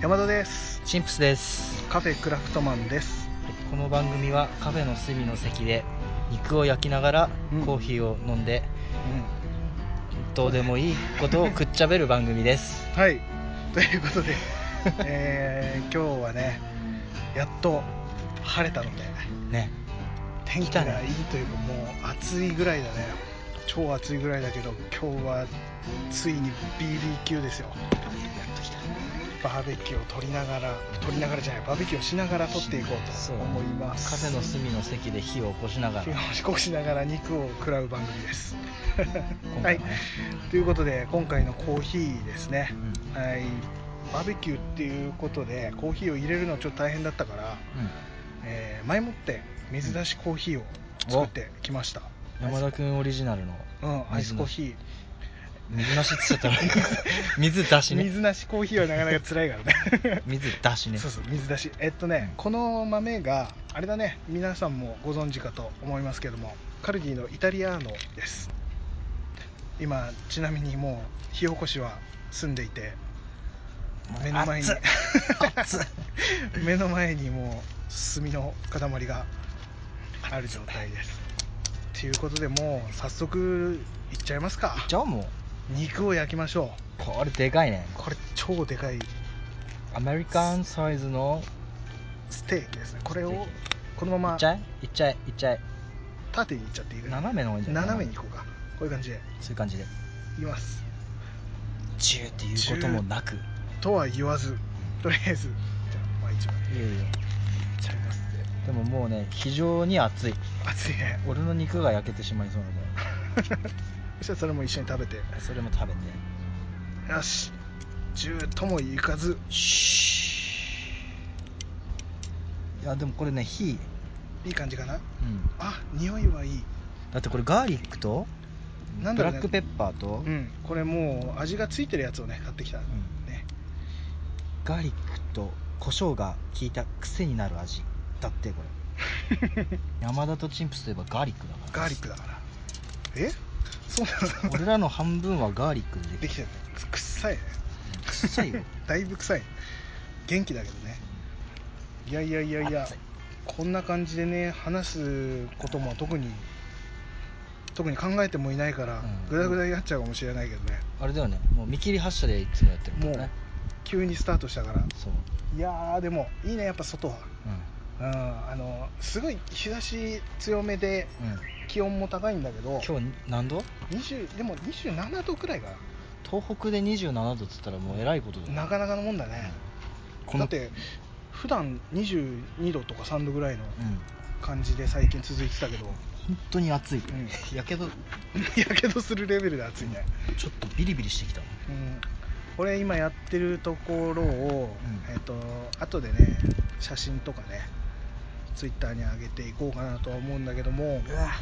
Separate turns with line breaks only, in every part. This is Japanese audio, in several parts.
山田です
シンプスです
カフェクラフトマンです
この番組はカフェの隅の席で肉を焼きながら
うん
コーヒーを飲んで、
う
どうでもいいことを食っちゃべる番組です
んはい ということで、えー、今日はねやっと晴れたので
ね
天気
来た
が
ね
いいというかもう暑いぐらいだね超暑いぐらいだけど今日はついに BBQ ですよバーベキューを取りながら取りながらじゃないバーベキューをしながら取っていこうと
そう
思いま
カ
す
フェの隅の席で火を起こしながら
火を起こしながら肉を食らう番組です
今
は
回
い
ね、
ということで今回のコーヒーですね
う、ん
はいバーベキューっていうことでコーヒーを入れるのちょっと大変だったから、えー前もって水出しコーヒーを作ってきました、
うん山田君オリジナルの
うん、アイスコーヒー
水なしっつっ ちゃった水出しね
水なしコーヒーはなかなか辛いから ね
水出しね
そうそう水出しえっとねこの豆があれだね皆さんもご存知かと思いますけどもカルディのイタリアーノです今ちなみにもう火起こしは済んでいて目の前に
熱っ熱っ
目の前にもう炭の塊がある状態ですということでもう早速いっちゃいますか
じゃあもう
肉を焼きましょ
これでかいね
うこれ超でかい
アメリカンサイズの
ステーキですねこれ
ステ
を
ーキ
この
い
ま
っちゃ
ま
えいっちゃえいっちゃえ
縦にいっちゃっていいかな
斜めの方がいいんじゃない
斜めにいこうかこういう感じで
そういう感じで
いきます
ジューっていうこともなくい
とは言わずとりあえずじゃあまあ一番いっ
えいえ
ちゃいますね
でももうね非常に熱い
熱いね
俺の肉が焼けてしまいそうなの
そしたらそれも一緒に食べて
でそれも食べて
よし10ともいかず
シューいやでもこれね火、
いい感じかな
うん、
あ匂いはいい
だってこれガーリックと
なん
ブ
だろ
ラ
うね
ックペッパーと、
うんこれもう味がついてるやつをね買ってきた、
ん
ね
ガーリックと胡椒が効いた癖になる味だってこれ山田とチンプスといえばガーリックだから
ガーリックだからえそうなの
俺らの半分はガーリックで
で
で
き
き
て
て
る
る
くっさいね
臭いよ
だいぶ臭い元気だけどねいやいやいやいや
熱い
こんな感じでね話すことも特に特に考えてもいないから
うん
グダグダになっちゃうかもしれないけどね
あれだよねもう見切り発車でいつもやってるもん
もう
ね
急にスタートしたから
そう、
いやーでもいいねやっぱ外は
う
うんあのすごい日差し強めで
んうん、
気温も高いんだけど
今日何度
20でも27度くらいか
東北で27度っつったらもうえらいことだ
な
よ
なかなかのもんだね
こ
だ
の
って普段22度とか3度ぐらいの
うん
感じで最近続いてたけど、
本当に暑
う
い、
ん、
やけど
やけどするレベルで暑いね、
ちょっとビリビリしてきた
うん、これ今やってるところを、
うん
えっ、と後でね写真とかねツイッターに上げていこうかなとは思うんだけども
うわ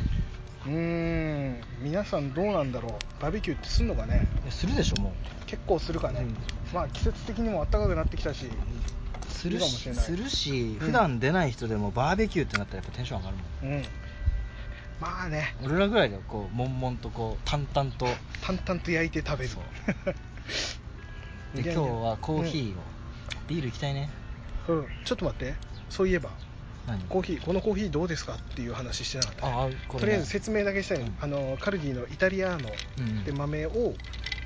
うーん皆さんどうなんだろうバーベキューってすんのかね
するでしょも
結構するかね、
うん
まあ季節的にも暖かくなってきたし
うする
いいかもし
し
れない
するし
うん
普段出ない人でもバーベキューってなったらやっぱテンション上がるも
うんまあね
ん俺らぐらいでこう悶々とこう淡々と
淡々と焼いて食べる
そう
い
で
や
今
い
日
や
はコーヒーを、ビール行きたいね
うん、ちょっと待ってそういえば
何
コーヒーこのコーヒーどうですかっていう話してなかった
ああこれ、ね、
とりあえず説明だけしたいの、
うん
あのカルディのイタリアーノ
うん
で豆を、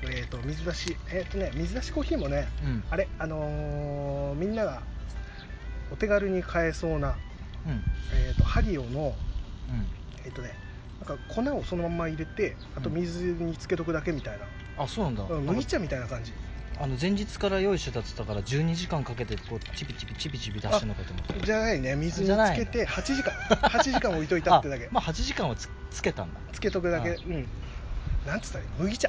えー、と水出しえっ、とね水出しコーヒーもね
うん
あれあのーみんながお手軽に買えそうな、
うんうん
えー、とハリオのえっ、とねなんか粉をそのまんま入れてあと水につけとくだけみたいな、
あそうなんだ、
うん、麦茶みたいな感じ
あの前日から用意してたっつったから12時間かけてこうチビチビチビチビ出してんのかと思った
じゃないね水に
じゃ
つ
ない
けて8時間8時間置いといたってだけ
あまあ8時間はつつけたんだ
つけとくだけ
あ
うんなんつったらいい麦茶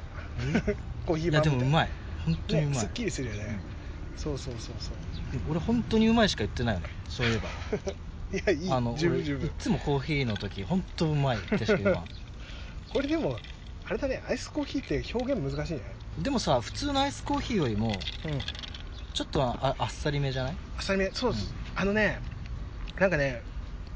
コーヒー
い
バ
や
ー
で
みた
もう
いな
まい本当にうま
ね
い、
すっきりするよね、そうそうそうそう
俺本当にうまいしか言ってないよねそういえば
いやいい
あの
十分
俺
十
い
分
つもコーヒーの時本当うまいってしか言 わん
これでもあれだねアイスコーヒーって表現難しいね
でもさ普通のアイスコーヒーよりも
うん
ちょっとあああっさりめじゃない
浅めそうです、あのねなんかね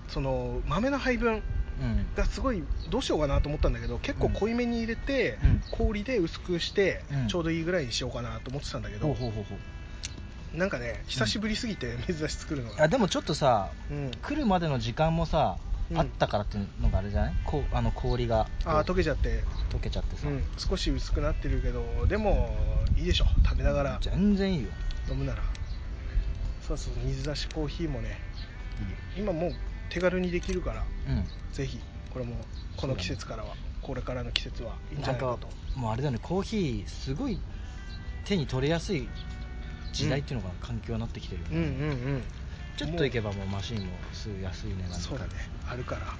その豆の配分
うん
がすごいどうしようかなと思ったんだけど結構濃いめに入れて、
うん
氷で薄くして、
うん
ちょうどいいぐらいにしようかなと思ってたんだけど、
ほうほうほうほう
なんかね久しぶりすぎて珍し作るのが
あでもちょっとさ
うん
来るまでの時間もさ、
うん
あったからっていうのがあれじゃないこうあの氷が
あー
こ
溶
う
けちゃって
溶けちゃってさ、
うん少し薄くなってるけどでもいいでしょ食べながら
全然いいよ
飲むならそうそう水出しコーヒーもね
いいよ
今もう手軽にできるから
うん
ぜひこれもこの季節からはこれからの季節はいいんじ
な
ゃ
ん
ないか
か
と
もうあれだよねコーヒーすごい手に取りやすい時代っていうのが環境になってきてるよ
うん
ね、
うんうん
ちょっと行けばもうマシンもすぐ安い値段で
そうだ
買
ねあるから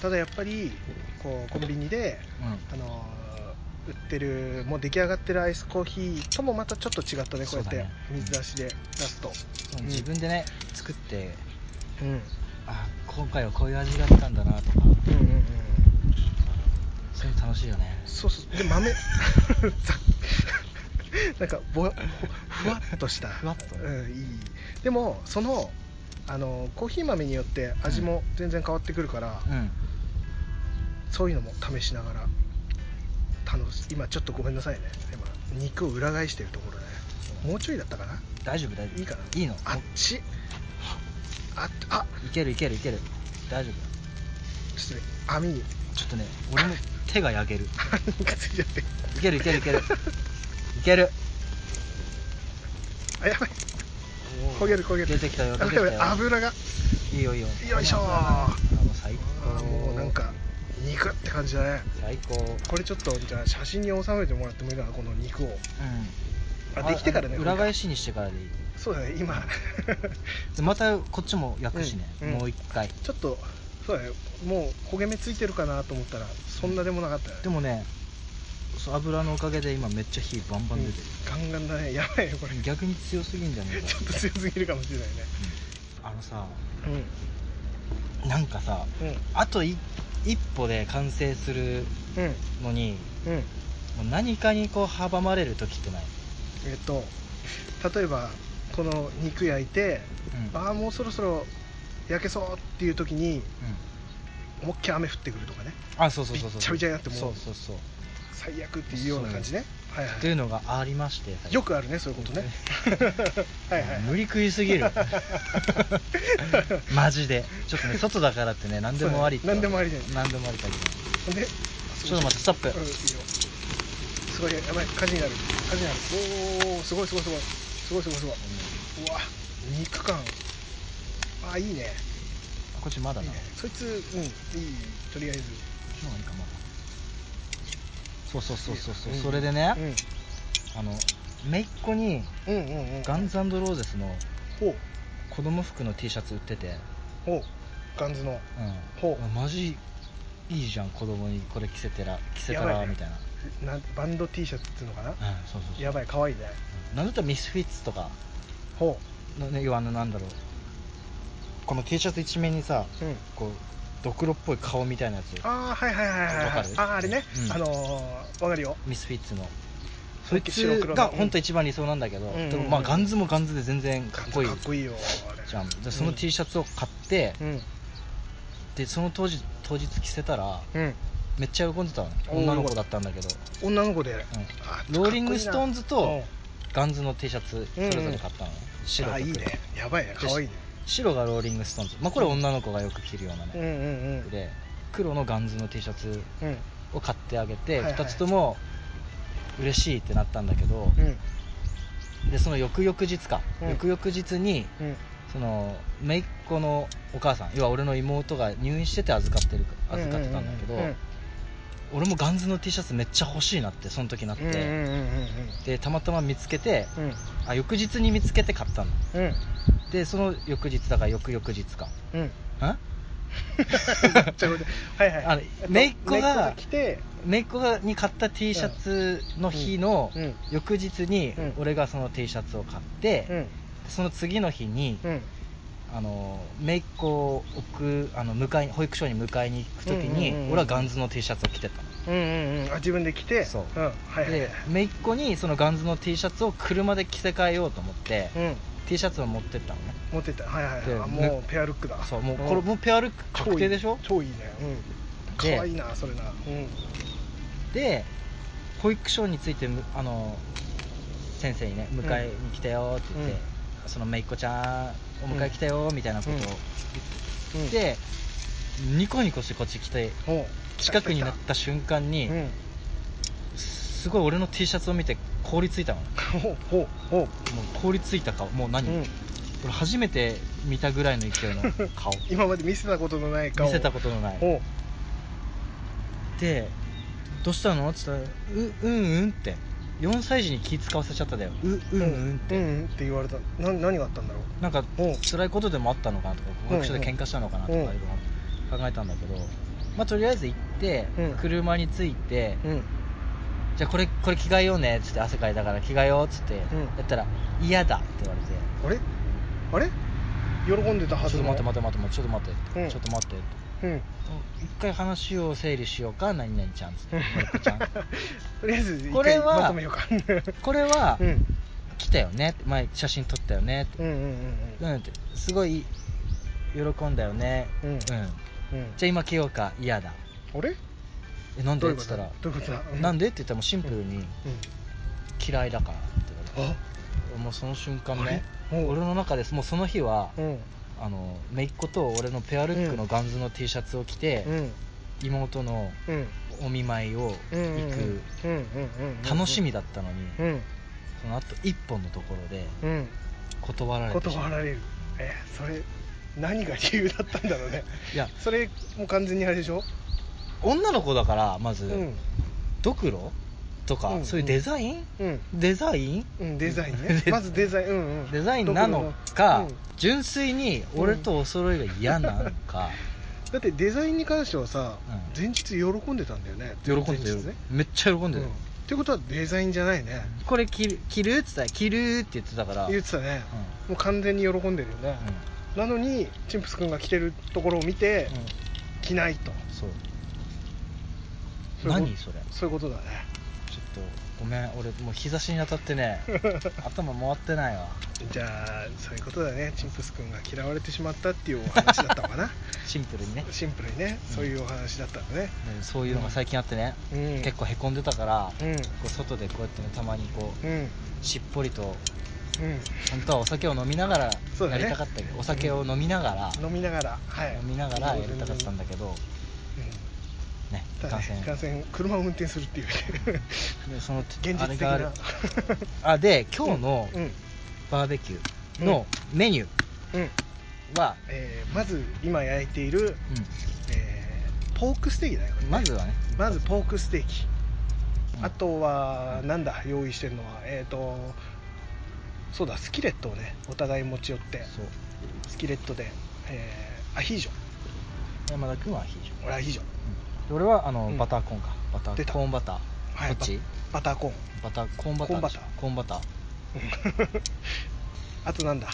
ただやっぱりこうコンビニであのー売ってるもう出来上がってるアイスコーヒーともまたちょっと違ったねこうやっ
そうだ
て
ね
水出しで出すと
う
う
ん
ん
自分でね作って
うんうん
あ今回はこういう味だったんだなとか
うんうん
そういうの楽しいよね
そうそうで豆 ざなんかぼふわっとした
ふわっとね
うん、いいでもそのあのーコーヒー豆によって味も全然変わってくるから、
うん
そういうのも試しながら楽し今ちょっとごめんなさいね今肉を裏返してるところだねもうちょいだったかな
大丈夫大丈夫
いいかない
いいの
あっ
も
ちああ
ういけるいけるいける大丈夫
ちょっとね網に
ちょっとね俺も手が焼ける
網にがついちゃって
いけるいけるいけるいける
あやばい焦げる焦げる
出てきたよ
あ
出てきた
や
よ
ばい油が
いいよいいよ
よいしょー
あもう最
あー
高
もうなんか肉って感じだね
最高うん
これちょっとじゃあ写真に収めてもらってもいいかなこの肉をあできてからね
あ裏返
し
しにしてからでいい
そうだね今
でまたこっちも焼くしね、
うんうん
もう一回
ちょっとそうだねもう焦げ目ついてるかなと思ったらそんなでもなかったね
でもねそう油のおかげで今めっちゃ火バンバン出てる、
ガンガンだねやばいよこれ ちょ
逆に強すぎんじゃねえか
っと強すぎるかもしれないね
あのさ
うん
なんかさ
う
あとい一歩で完成する
んうん
のに
うん
もう何かにこう阻まれる時ってない、
えっと例えばこの肉焼いて
うん
ああもうそろそろ焼けそうっていう時に思いっきり雨降ってくるとかね
あそうそうそうそ
び
う
っちゃびちゃになってもう
そうそうそう
最悪っていうような感じねはいは
という
い
のがありまして最近
よくあるねそういうことねはいはい
無理食いすぎ るマジでちょっとね外だからってね何でもありって
そうね何でもありだよね
何でもありだけど
ほんで
ちょっと待ってストップ
うんいいよすごいやばい火事になる火事になるおおすごいすごいすごいすごいすごいすごいうわ肉感ああいいね
こっちまだ
いい
な
ねそいつうんいいとりあえず
今日はいいかもそうそうそうそうそう、
ん
それでね、あの姪っ子に
うん、うんうんうん
ガンズローゼスの
ほう
子供服の T シャツ売ってて、
ほうガンズの
うん、
ほう
マジいいじゃん子供にこれ着せてら着せた
やば
ら、
いね
みたいな、
なんバンド T シャツっていうのかな
うん、そうそうそう
やばい可愛いね
なんだったらミスフィッツとか
ほ
のね要はあのなんだろうこの T シャツ一面にさ
ううん
こうドクロっぽい顔みたいなやつ
ああはいはいはいはい
わ
は
か
い
る
あーあれね、
うん
あのー、わかるよ
ミスフィッツのそ
白
い
黒の
つが
うん
本当一番理想なんだけど、
うんうんうん
でもまあガンズもガンズで全然かっこいい
ガンズかっこいいよあれ
じゃんでその T シャツを買って、
うん
でその当時当日着せたら
うん
めっちゃ喜んでたの
おー
女の子だったんだけど、
女の子で、あ
ローリングストーンズ
かっこと
ガンズの T シャツそれぞれ買ったの、ね
いい
白
な
と
あいい
黒
ねやばいね可愛いね
白がローリングストーンズ、まあ、これ女の子がよく着るような
うん
ね、
うんうん
で黒のガンズの T シャツ
うん
を買ってあげて、
はいはい
2つとも嬉しいってなったんだけど、
うん
でその翌々日か、
うん
翌々日に
うん
その姪っ子のお母さん要は俺の妹が入院してて預かってる預かってたんだけど、
ううん
俺もガンズの T シャツめっちゃ欲しいなってその時なって、
うんうんうん
でたまたま見つけて
うん
あ翌日に見つけて買ったの
うん
でその翌日だから翌々日か
うんうん
ん
ちょっと待ってはいはい
あの
えっと
姪っ子が
姪来て
姪っ子がに買った T シャツの日の
うんうん
翌日に
うん
俺がその T シャツを買って、
うん
その次の日に、
うん
あの姪っ子を送あの迎え保育所に迎えに行く時に、
うんうんうんうん
俺はガンズの T シャツを着てたの、
うんうんうんあ自分で来て
そうん
はいはい
で姪っ子にそのガンズの T シャツを車で着せ替えようと思って、
うん
T シャツを持ってったのね
持ってったはいはいはい
で
あもうペアルックだ
そうもうこれもうペアルック確定でしょ
超いい超いいねうん
で
可愛いなそれなうん
で保育所についてむあの先生にね迎えに来たよって言って、そのめいっ子ちゃんお迎え来たよみたいなことを言って、ニコニコしてこっち来て
うんお
近くになった瞬間に、
うん
すごい俺の T シャツを見て凍りついたのも
ほうほうほう
う凍りついた顔もう何、
うん
俺初めて見たぐらいの勢いの顔
今まで見せたことのない顔
見せたことのない
ほ
で「どうしたの?」っつったら「ううんうん」って4歳児に気使わせちゃっただよ「う
う
うんうん」って、
うんうんって言われたな何があったんだろう
なんか
うん
辛いことでもあったのかなとか
うん
学所で喧嘩したのかなとかいろいろ考えたんだけど、まあ、とりあえず行って、
うん
車に着いて、
うん
じゃあこれこれ着替えようねっつって汗かいたから着替えようっつって、
ん
やったら「嫌だ」って言われて
あれあれ喜んでた
「ちょ
は
っ
ず
と
の
待って待って待ってちょっと待って、
うん
ちょっと待って」
うん
一回話を整理しようか何々ちゃんっつってもう一 個ちゃん
とりあえず一
これ
回
は
まとめようか
これは
うん
来たよねって前写真撮ったよねって
うんうん
うんってすごい喜んだよね
うんうんうん
うんじゃ
うん
あ今着ようか嫌だ
あれ
えなん
ど
で
うい
っ
うこ
つっ
と
たら
どういうことだう
なんでって言ったらもうシンプルに
う
嫌いだからって言われて
んあ
もうその瞬間ね
あれおう
俺の中ですもうその日は
うん
あの姪っ子と俺のペアルックのガンズの T シャツを着て
うん
妹の
うん
お見舞いを
うんうん
行く
うんうんうんうん
楽しみだったのに
うん
そのあと1本のところで
うん
断られてしま
断
う
られるえそれ何が理由だったんだろうね
いや
それもう完全にあれでしょ
女の子だからまず、
うん
ドクロとか、
うん
そういうデザイン
うん
デザイン
うんデザイン ねまずデザインうんうん
デザインなのか、
うん
純粋に俺とお揃いが嫌なのか、
だってデザインに関してはさ
うん
前日喜んでたんだよね
喜んで
前日
る、
ね
めっちゃ喜ん
う
で
んっ
る、
てことはデザインじゃないね
これ着る着るって言ったら着るって言ってたから
言ってたね
うんうん
もう完全に喜んでるよねなのにチンプス君が着てるところを見て
う
着ないと
んそう
それも
何それ
そういうことだね
ちょっとごめん俺もう日差しに当たっ てね頭回ってないわ
じゃあそういうことだねチンプス君が嫌われてしまったっていうお話だったのかな
シンプルに ね
シンプルにねそういうお話だったのね
うんそういうのが最近あってね、
うん
結構へこんでたから、
うん
こう外でこうやってねたまにこう
うん
しっぽりと
う
本当はお酒を飲みながら
そうだ
や
ね
りたかったけど、お酒を飲みながら、
ん飲みながらはい
飲みながらやりたかったん
だ
だけど、ね
うん
感
感
染
染感染車を運転するっていうね
でその
現実
あれ
的
が ある
な
あで 今日の
うん
バーベキューのメニュ
うん
ーは、
えーまず今焼いている
う
えーポークステーキだよこれ
ん、まずはね
まずポークステーキ
うん
あとはなんだ用意してるのはえっ、とそうだスキレットをねお互い持ち寄って
そう
スキレットで、えーアヒージョ
山田君はアヒージョ、
俺アヒージョ
で俺はあの、
うん
バターコーンかバタ
出
ー
た
コーンバター、
はい
こっち
ババターコーン
バターコーンバタ
コー
ー
ンバター
コーンバター
うん あとなんだ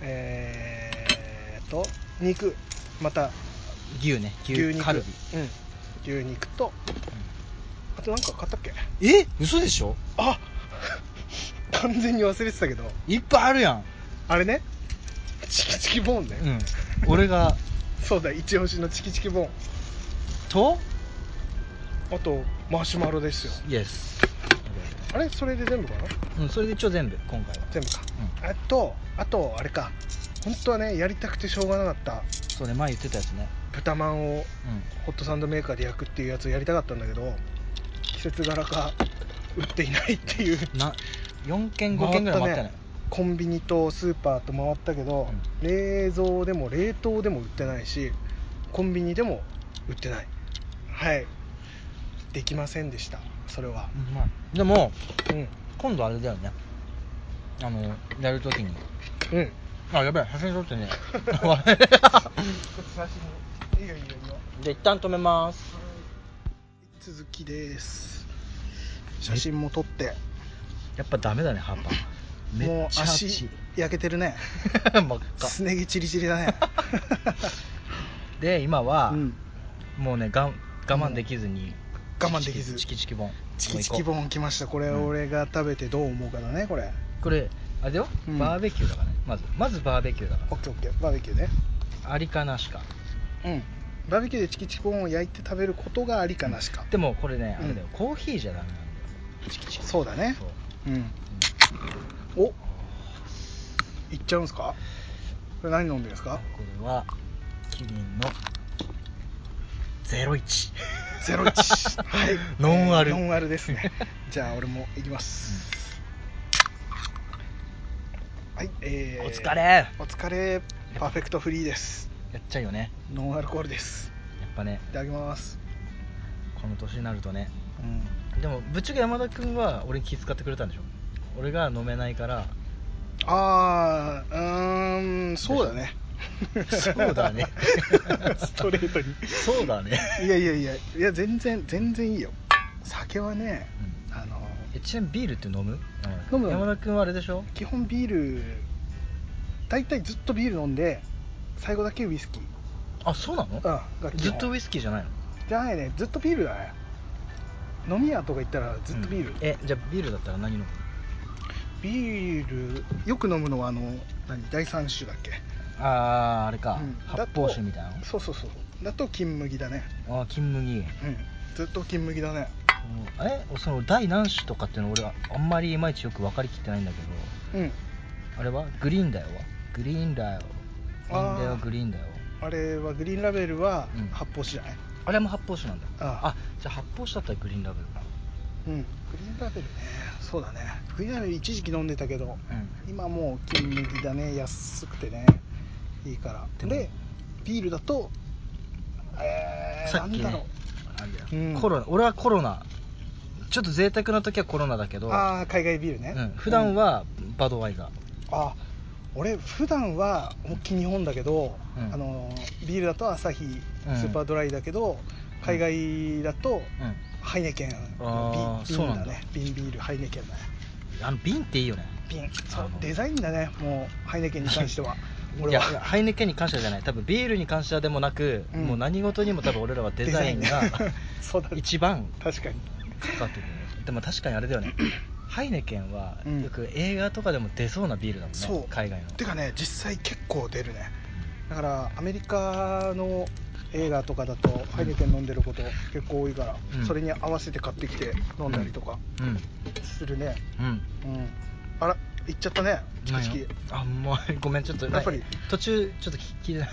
えーっと肉また
牛ね牛
牛肉
カルビ、
うん、牛肉とあとなんか買ったっけ
うんえ嘘でしょ
あ 完全に忘れてたけど
いっぱいあるやん、
あれねチキチキボーンね、
うん、俺が
そうだ一押しのチキチキボーン
と
あとマシュマロですよ
イエス、
あれそれで全部かな
うん、それで一応全部今回は
全部かあとあとあれか本当はねやりたくてしょうがなかった
そうね前言ってたやつね
豚まんを
うん
ホットサンドメーカーで焼くっていうやつをやりたかったんだけど季節柄か売っていないっていう
な4軒5軒ぐらい回ったね
コンビニとスーパーと回ったけど、冷蔵でも冷凍でも売ってないしコンビニでも売ってないはいできませんでしたそれは
うんまいでも
うん
今度あれだよねあのやるときに
うん
あやべえ写真撮ってね
いいよいいよいいよ
で一旦止めます
続きです写真も撮って
やっぱダメだねハーパーめ
も
っ
う
ちゃ
足焼けてるね
真っ赤
すね毛チリチリだ ね
で今は、
うん
もうねがん我慢できずに、
我慢できず
チキチキボン
チキチキボ
ン
ーン来ましたこれ
うん
俺が食べてどう思うかだねこれ
これあれだよ、
うん
バーベキューだからねまずまずバーベキューだか
オッケーオッケーバーベキューね
らありかなしか
うんバーベキューでチキチキボーンを焼いて食べることがありかなしか、
でもこれね、
うん
あれだよコーヒーじゃダメなんだよチキチキ
そうだね
そう
うんおいっちゃうんですかこれ何飲んでるんですか
これはキリンの01
ゼロ 一。はい。
ノンアル
ノンアルです ね。じゃあ俺も行きます。はい、えー
お疲。れ
お疲れ。パーフェクトフリーです。
やっちゃうよね
ノンアルコールです。
やっぱね
いただきます。
この年になるとね
うん。
でもぶっちゃけ山田君は俺に気遣ってくれたんでしょ俺が飲めないから
あー、うーん、そうだね。
そうだね
ストレートに。
そうだね、
いやいやいや、いや全然全然いいよ。酒はね、
うん
あの
えちなみにビールって飲む
飲む飲む
山田君はあれでしょ
基本ビール、大体ずっとビール飲んで、最後だけウイスキー。
あそうな
う
の
んが基本
ずっとウイスキーじゃないの
じゃないねずっとビールだね飲み屋とか行ったらずっとビール、
うんえじゃあビールだったら何飲む
ビールよく飲むのはあの何第三種だっけ
あああれか、
うん
発泡酒みたいな
そうそうそうだと金麦だね
のあー金麦
うんずっと金麦だね
うんえその第何種とかっていうの俺はあんまりいまいちよく分かりきってないんだけど
うん
あれはグリーンだよはグリーンだよグリーンだ
あ
よ
ー
グリーンだよ
あれはグリーンラベルは
うん
発泡酒じゃない、
あれも発泡酒なんだ
あ
あじゃあ発泡酒だったらグリーンラベルか
うんグリーンラベルねそうだねグリーンラベル一時期飲んでたけど
うん
今もう金麦だね安くてねいいから
で
で
も
ビールだとえー、
さっき、ね、
なんだろう
あれだよ
うん
コロナ俺はコロナちょっと贅沢な時はコロナだけど、う
ああ海外ビールね、
ん、普段
うん
はバドワイザ
あ俺普段は大きい日本だけど、
うん
あのビールだとアサヒ
うん
スーパードライだけど、海外だと
ー、うん
ハイネケン
あー
の
そ
瓶瓶
うなん
だ
だ
ね瓶ビールハイネケンだね
あの瓶っていいよね
瓶そ
あ
う
の
デザインだねもうハイネケンに関して は
い
俺
や
は
ハイネケンに感謝じゃない多分ビールに感謝でもなく、
うん
もう何事にも多分俺らはデザインが
デザね そうだね
一番
確かに
かかってくるねでも確かにあれだよ ねハイネケンは
うん
よく映画とかでも出そうなビールだもんね、
そう
海外の
てかね実際結構出るねだからアメリカの映画とかだとハイネケン飲んでること結構多いから、
うん
それに合わせて買ってきて飲んだりとか
うんうん
するね
うん
うん、あら行っちゃったねチキチキ
何よあもうごめんちょっと
やっぱり
途中ちょっと聞き聞いてなか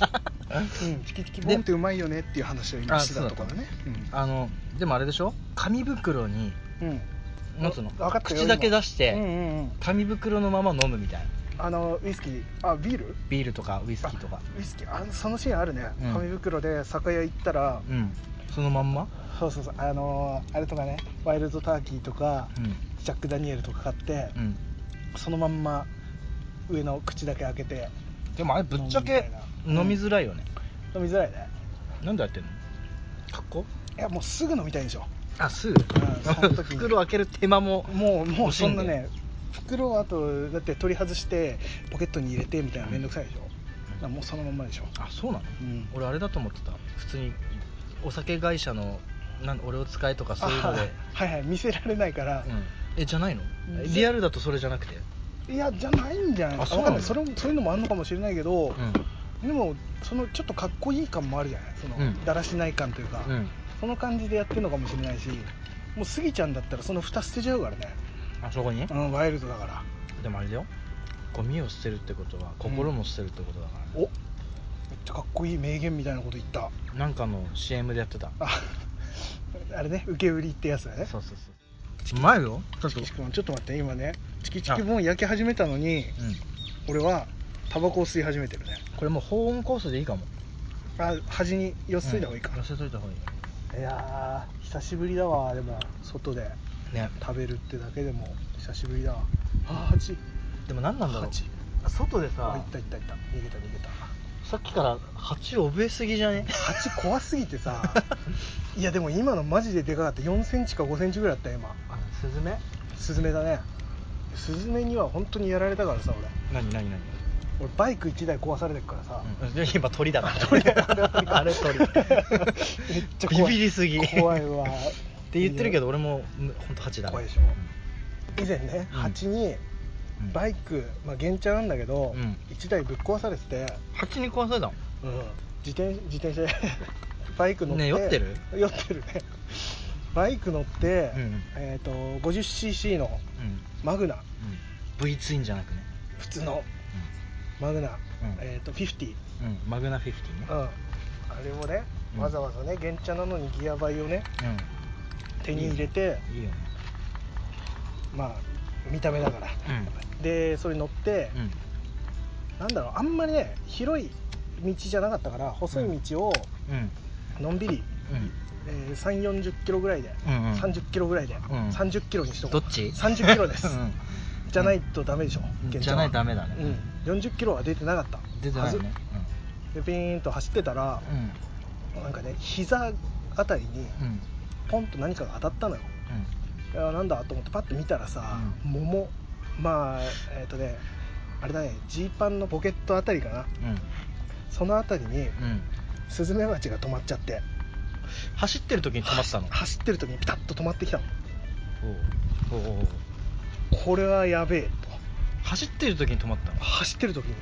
あ全然うんチキチキボンってうまいよねっていう話を今してたところだね
ったあのでもあれでしょ紙袋に
うん、うん、
なんつうの
わかったよ
口だけ
今
出して、
うんうんうん
紙袋のまま飲むみたいな
あのウイスキーあビール
ビールとかウイスキーとか
ウイスキーあそのシーンあるね、
うん
紙袋で酒屋行ったら、
うんそのまんま
そうそうそうあのーあれとかねワイルドターキーとか、
うん
ジャック・ダニエルとか買って、
うん
そのまんま上の口だけ開けて
でもあれぶっちゃけ飲
飲
み
み
づ
づ
らいよね、
飲みづらいね
なんでやってんの格好
いやもうすぐ飲みたいんでしょ
あすぐ、
んその時に
袋開ける手間も
もうも
惜
う
し
そ
ん
ん
で
なね袋をあとだって取り外してポケットに入れてみたいなめんどくさいでしょ、だからもうそのまんまでしょ、
あそうなの
うん
俺あれだと思ってた普通にお酒会社のなん俺を使えとかそういうの
あ
で、
はいはい見せられないから
う、ん、えじゃないの
うん
リアルだとそれじゃなくて
いやじゃないんじゃない
あ
か
そう
わかん
なの
ないそれもそういうのもあるのかもしれないけど、
う
でもそのちょっとかっこいい感もあるじゃないその、
うん
だらしない感というか、
ん、うん、
その感じでやってるのかもしれないしもうスギちゃんだったらその蓋捨てちゃうからね、
あそこに
うん、ワイルドだから
でもあれだよゴミを捨てるってことは心も捨てるってことだか
おめっちゃかっこいい名言みたいなこと言った
ら、なんかの CM でやってた
ああれね受け売りってやつだね
そうそうそううまいよちょっと
チキチキボンちょっと待って今ねチキチキボン焼き始めたのに
うん
俺はタバコを吸い始めてるね
これもう保温コースでいいかも
あ端に寄せといた方がいいか
うん寄せといた方がい
いやー久しぶりだわでも外で
いね
食べるってだけでも久しぶりだわあー8
でも何なんだろ
八
う外で
あい
さ
ったいったいった逃げた逃 げた
さっきから蜂覚えすぎじゃね
蜂怖すぎてさいやでも今のマジででかかった4センチか5センチぐらいあったよ今
あのスズメ
スズメだねスズメには本当にやられたからさ俺
何何何
俺バイク1台壊されてるからさ、
うん、今鳥だから鳥あれ 鳥
めっちゃ怖い
ビビりすぎ
怖いわっ
って言ってるけど俺もむほんと蜂だね
怖いでしょ以前ね
うん
蜂に
うん
バイク、まあ、原チャなんだけど、
うん
1台ぶっ壊されてて、
蜂に壊されたの
うん自転自転車で バイク乗って
ね酔ってる
酔ってるねバイク乗って、
うんうん
えっ、と 50cc の
うんうん
マグナ
V ツインじゃなくね
普通のマグナ、
うん
えっ、と50、
うん、うん、マグナ50ね
うん、あれをね
うん
わざわざね原茶なのにギアバイをね手に入れて
うんいいよね
まあ見た目だからでそれ乗って、
うんうん
なんだろうあんまりね広い道じゃなかったから細い道を
うん
のんびり、えー、3 4 0キロぐらいで、
うんうん
30キロぐらいで、
ん
30キロにしとこ
ど
う
っち
30キロです、
うん
じゃないとダメでしょ、現
じ
状
ゃ
は
ないとダメだね、
うん、40キロは出てなかった
出てないよね
はずでピーンと走ってたら、
うんうん
なんかね膝あたりに
うん
ポンと何かが当たったのよ
う
い
ん
やなんだと思ってパッと見たらさ、桃まあえっ、とねあれだねジーパンのポケットあたりかな
うん
そのあたりに
うん
スズメバチが止まっちゃって
走ってる時に止まったの
走ってる時にピタッと止まってきたの
おうおうおうおう
これはやべえ
走ってる時に止まった
と
の
走ってる時に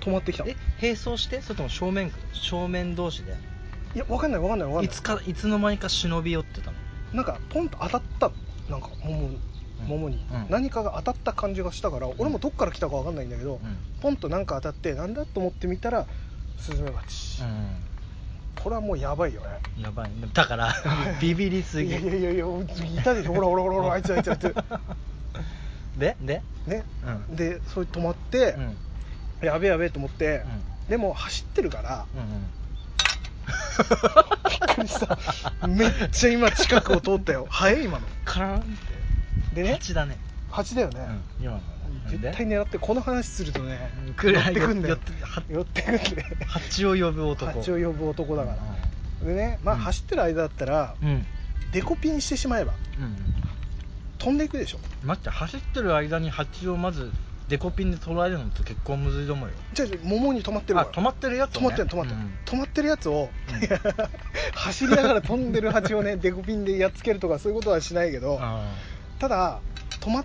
止まってきたの
え並走してそれとも正面正面同士で
いやわかんないわかんないわかん
い
ない
つかいつの間にか忍び寄ってたの
なんかポンと当たったのなんか桃に
うん
桃に、
うん
何かが当たった感じがしたから俺もどっから来たかわかんないんだけど、
う
ポンとなんか当たってなんだと思ってみたらスズメバチ、
ん、
これはもうやばいよね
うん、やばいねだからビビりす
い
ぎ
やいやいやいやいたでしょほらほらほらほらあいつあいつあいつ
でで
ね
うん
でそれ止まって
う、ん
やべえやべえと思って、
う
でも走ってるから
うんうん
本当にさめっちゃ今近くを通ったよ早い今の
カラーンって
でね
蜂だね、
蜂だよね、
うん、今の
絶対
ね
狙ってこの話するとね
く
寄
ら
ってくんだよ
寄っては
寄ってくんで
蜂を呼ぶ男
蜂を呼ぶ男だから、でねまあ
うん
走ってる間だったら、
うん、うん
デコピンしてしまえば
うん、
飛んでいくでしょ
待って走ってる間に蜂をまずデコピンで捉えるのって結構むずいと思うよ
じゃあ桃に止まってる
あ
から
止まってるやつ、ね、
止まってる止まってる、
うん
止まってるやつを、
うん
走りながら飛んでる蜂をねデコピンでやっつけるとかそういうことはしないけど
あ
ただ止まっ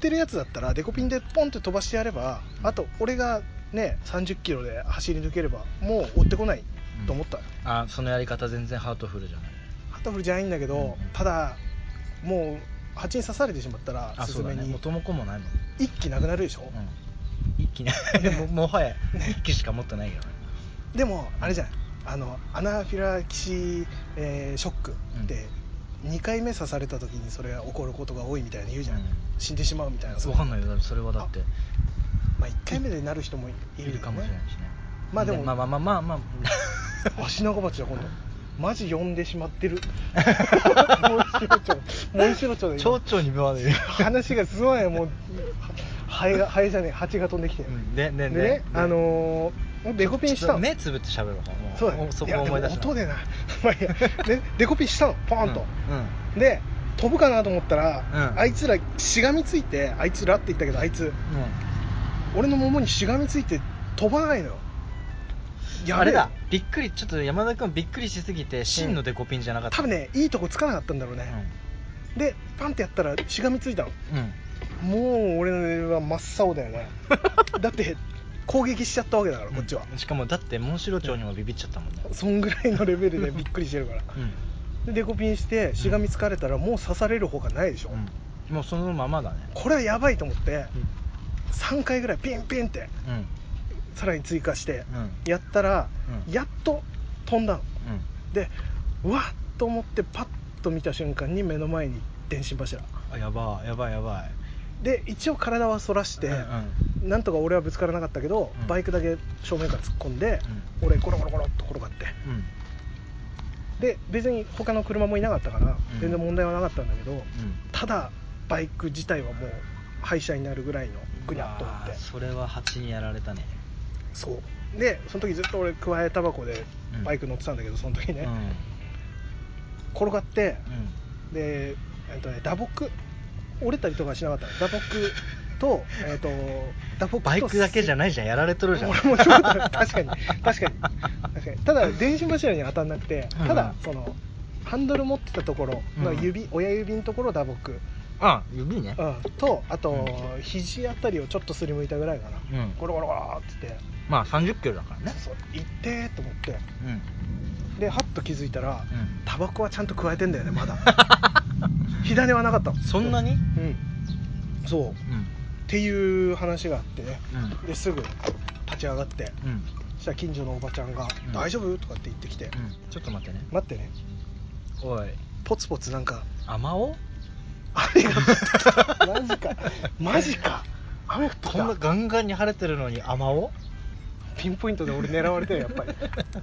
てるやつだったらデコピンでポンって飛ばしてやればあと俺がね30キロで走り抜ければもう追ってこないと思った、
ーあーそのやり方全然ハートフルじゃない
ハトフルじゃないんだけど、
うんうん
ただもう蜂に刺されてしまったら
あ
ス
そ
ズ
うだ
メ
ね
に
元も子もないもん、
一気なくなるでしょ、
うん、一気にも もはや一気しか持ってないけどね
でもあれじゃないあのアナフィラキシー、えーショックって2回目刺された時にそれが起こることが多いみたいに言うじゃん、
うん
死んでしまうみたいな
分かんないよだってそれはだって
まあ、1回目でなる人もい
い
るよね
るかもしれないしね
まあでも
まあまあまあまあまあ
アシナゴバチだ今度マジ呼んでしまって る モンシロチョウモンシロチョウだ今
蝶々にぶわれる
話がすごいもうハエがハエじゃねえ蜂が飛んできて、
うんねねね
でねあのー、デコピンしたの
目つぶって喋ろうかも
そうだね
もそ
い
こ
や
思い出し
で
た
も音でな まあいいやねデコピンしたのポーンと、
うんうん
で飛ぶかなと思ったら、
うん
あいつらしがみついてあいつらって言ったけどあいつ俺の桃にしがみついて飛ばないのよ
うん
やべえ
あれだびっくりちょっと山田君びっくりしすぎて真のデコピンじゃなかった
多分ねいいとこつかなかったんだろうね、でパンってやったらしがみついたの
うんうん
もう俺は真っ青だよ ねだって攻撃しちゃったわけだからこっちは、
うんしかもだってモンシロチョウにもビビっちゃったもんね
そんぐらいのレベルでびっくりしてるから
うん
でデコピンしてしがみつかれたらもう刺されるほかないでしょ、
うんもうそのままだね
これはやばいと思って3回ぐらいピンピンって
うん
さらに追加して
うんうん
やったら、
うん
やっと飛んだのでうわっと思ってパッと見た瞬間に目の前に電信柱
あやばいやばいやばい
で一応体は反らして、
うんうん
なんとか俺はぶつからなかったけど、
うん
バイクだけ正面から突っ込んで、俺ゴロゴロゴロっと転がって
うん
で別に他の車もいなかったから
うん
全然問題はなかったんだけど、
うん
ただバイク自体はもう廃車になるぐらいのぐにゃっとなっ
うわー
て
それは蜂にやられたね
そうでその時ずっと俺くわえタバコで
うん
バイク乗ってたんだけどその時ね、
うん
転がって
うん
で、えっとね、打撲折れたりとかはしなかったの打撲と,、えっと打撲と
バイクだけじゃ
ない
ないじゃんやられとるじゃん
俺もそうだ確かに確かに確かにただ電信柱には当たんなくて
うん
ただそのハンドル持ってたところの
うん
指、親指のところ打撲、
あ指ね
うん、とあと、肘あたりをちょっとすりむいたぐらいかな、
うん
ゴロゴロゴロって言って
まあ3 0キロだからね
そう行ってーと思って
うん
でハッと気づいたら
うん
タバコはちゃんと加えてんだよ ねまだ火種はなかった
そんなに
うんそうっていう話があってね
うんうん
ですぐ立ち上がって
うん
そしたら近所のおばちゃんが「
うん
大丈夫?」とかって言ってきて
うんちょっと待ってね
「待ってね
おい
ポツポツなんか
雨お
雨が降って たマジかマジか雨降って
こんな
た
ガンガンに晴れてるのに雨お
ピンポイントで俺狙われたよやっぱり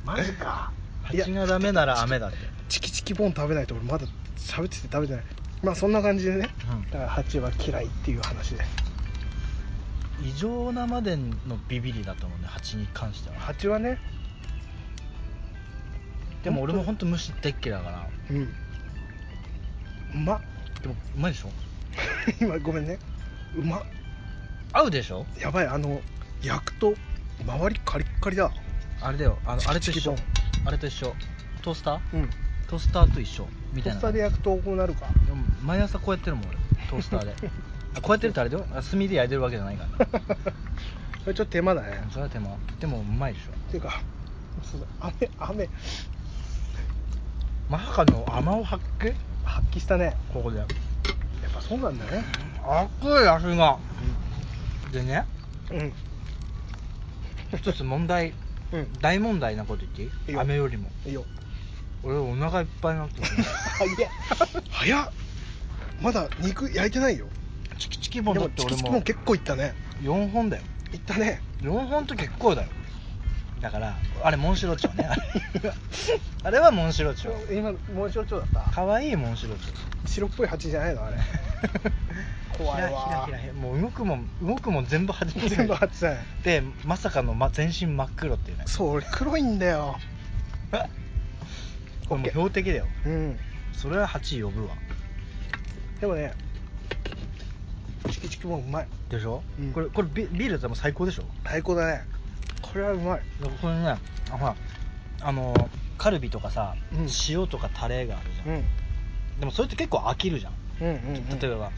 マジか いや
蜂がダメなら雨だって
チキチキボン食べないと俺まだ喋ってて食べてないまあそんな感じでねだから蜂は嫌いっていう話です
うん異常なまでのビビりだと思うね蜂に関しては
蜂はね
でも俺も本当虫大っ嫌いだから
うんうまっ
でもうまいでしょ
今ごめんねうまっ
合うでしょ
やばいあの焼くと周りカリッカリだ
あれだよあの
チ
あ
キ
れと
チキ
一緒あれと一緒トースター
ボンうん
トースターと一緒み
ト
た
ー
いな
スターで焼くとこうなるか
でも毎朝こうやってるもん俺トースターで あこうやってるとあれだよあ炭で焼いてるわけじゃないから
これちょっと手間だね
それは手間でもうまいでしょ
っていうかそうだ雨雨
まさかの甘を発揮
発揮したね
ここで
やっぱそうなんだね
熱い足がでね
うん
一つ問題
うん
大問題なこと言っ
いい
ていい
よ
雨よりも
いいよ
俺お腹いっぱいになってる
早っ早っまだ肉焼いてないよ
チキチキ
で
ボンだっ
も
て
チ
俺
キチキも
も
結構いったね
4本だよ
いったね
4本と結構だよだからあれモンシロチ ョウねあれあれはモンシロチョウ
今モンシロチョウだっ
かわいいモンシロチョウ
た白っぽい蜂じゃないのあれ怖いわ
ひらひらひらもう動くもん動くもん全部初めて
全部蜂だよ
でまさかの、ま、全身真っ黒っていうね
そう俺黒いんだよ
これもう
OK
標的だよ
うん
それは8呼ぶわ
でもねチキチキもうまい
でしょ、
うん
これこれビビールでも最高でしょ
最高だねこれはうまい
だからこれねあほらあのーカルビとかさ、
うん
塩とかタレがあるじゃん、
うん
でもそれって結構飽きるじゃん
うんうんうん
例えば、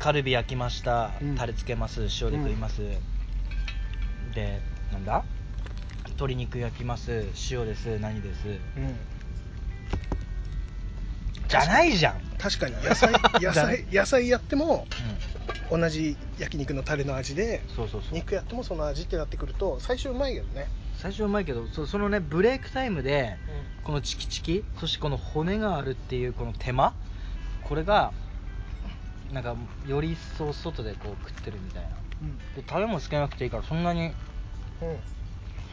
カルビ焼きました、
うん
タレつけます塩で食います、でなんだ鶏肉焼きます塩です何です
うん
じゃないじゃん、
確かに野 菜野
だね
菜野菜やっても同じ焼肉のタレの味で
そうそうそう
肉やってもその味ってなってくると最初うまいけどね、
最初はうまいけどそそのねブレイクタイムでこのチキチキそしてこの骨があるっていうこの手間これがなんかより一層外でこう食ってるみたいな
うん
でタレもつけなくていいからそんなに
うん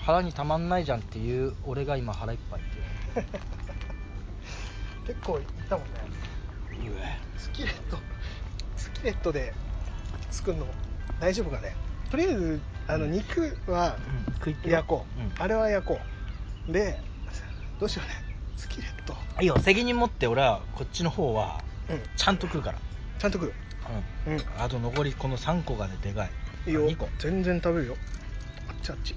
腹にたまんないじゃんっていう俺が今腹いっぱいっていう
結構いったもんねスキレットスキレットで作るの大丈夫かねとりあえずあの
うん
肉は
うん食いってよ
焼こう、
うん
あれは焼こうでどうしようねスキレット、
いいよ責任持って俺はこっちの方は
うん、
ちゃんと食うから
ちゃんと食ううん
あと残りこの3個がねでかい
いいよ
2個
全然食べるよあっちあっち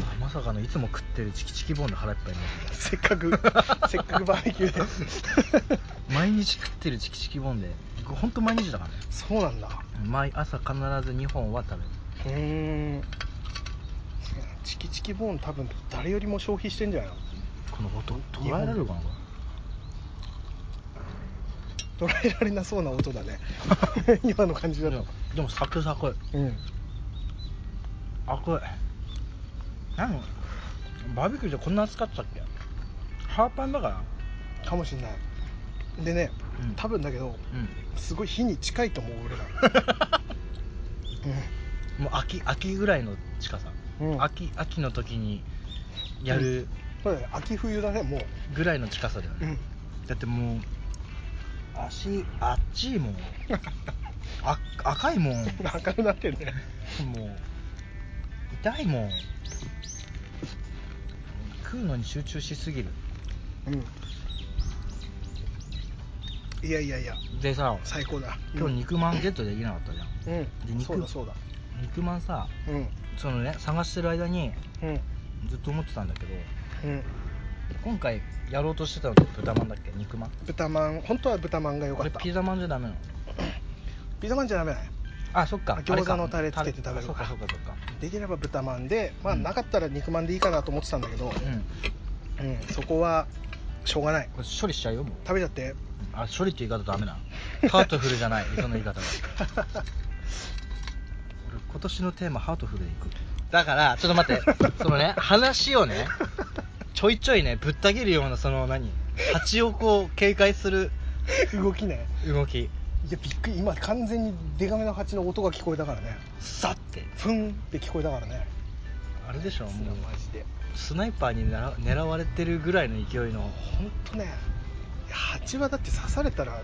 あまさかのいつも食ってるチキチキボーンの腹いっぱいになる
せっか くせっかくバーベキューで
毎日食ってるチキチキボーンで本当毎日だからね
そうなんだ
毎朝必ず2本は食べ
う
る
ーんチキチキボーン多分誰よりも消費してんじゃないの
この音
日
捉
本
えられるかなこ
捉えられなそうな音だ ね今の感じだ
れ
と
でもサクサク
うん
熱い何バーベキューでこんな熱かったっけハーパンだから
かもしんないでね
うん
多分だけど
う
すごい火に近いと思う 俺ら
んもう秋秋ぐらいの近さ、
うん、うん、
秋秋の時にやる
そうだね秋冬だねも
ぐらいの近さだよ
う、う
ね、
ん、
だってもう足あっちいもんあ赤いもん も
明るくなってるね
う痛いもん食うのに集中しすぎる
うんいやいやいや
でさ
最高だ
今日肉まんゲットできなかったじゃん
うん、
で肉
そうだそうだ
肉まんさ
うん
そのね探してる間に
うん
ずっと思ってたんだけど
うん
今回やろうとしてたのって豚まんだっけ肉まん
豚まん本当は豚まんが良か
俺
った
ピザまんじゃダメなの
ピザまんじゃダメだね
あそっか
餃子のタレつけて食べる
あそっかそっかそっか
できれば豚まんでまあ
うん
なかったら肉まんでいいかなと思ってたんだけど、
うん
うん、そこはしょうがない
これ処理しちゃうよもう
食べちゃって
あ処理って言い方ダメなハートフル じゃないその言い方は俺今年のテーマハートフルでいくだからちょっと待ってそのね話をねちょいちょいねぶった切るようなその何蜂をこう警戒する
動きね
動き
いやびっくり今完全にデカめの蜂の音が聞こえたからね
さって
ふんって聞こえたからね
あれでしょもう
マジで
スナイパーに狙狙われてるぐらいの勢いの
本当ね蜂はだって刺されたら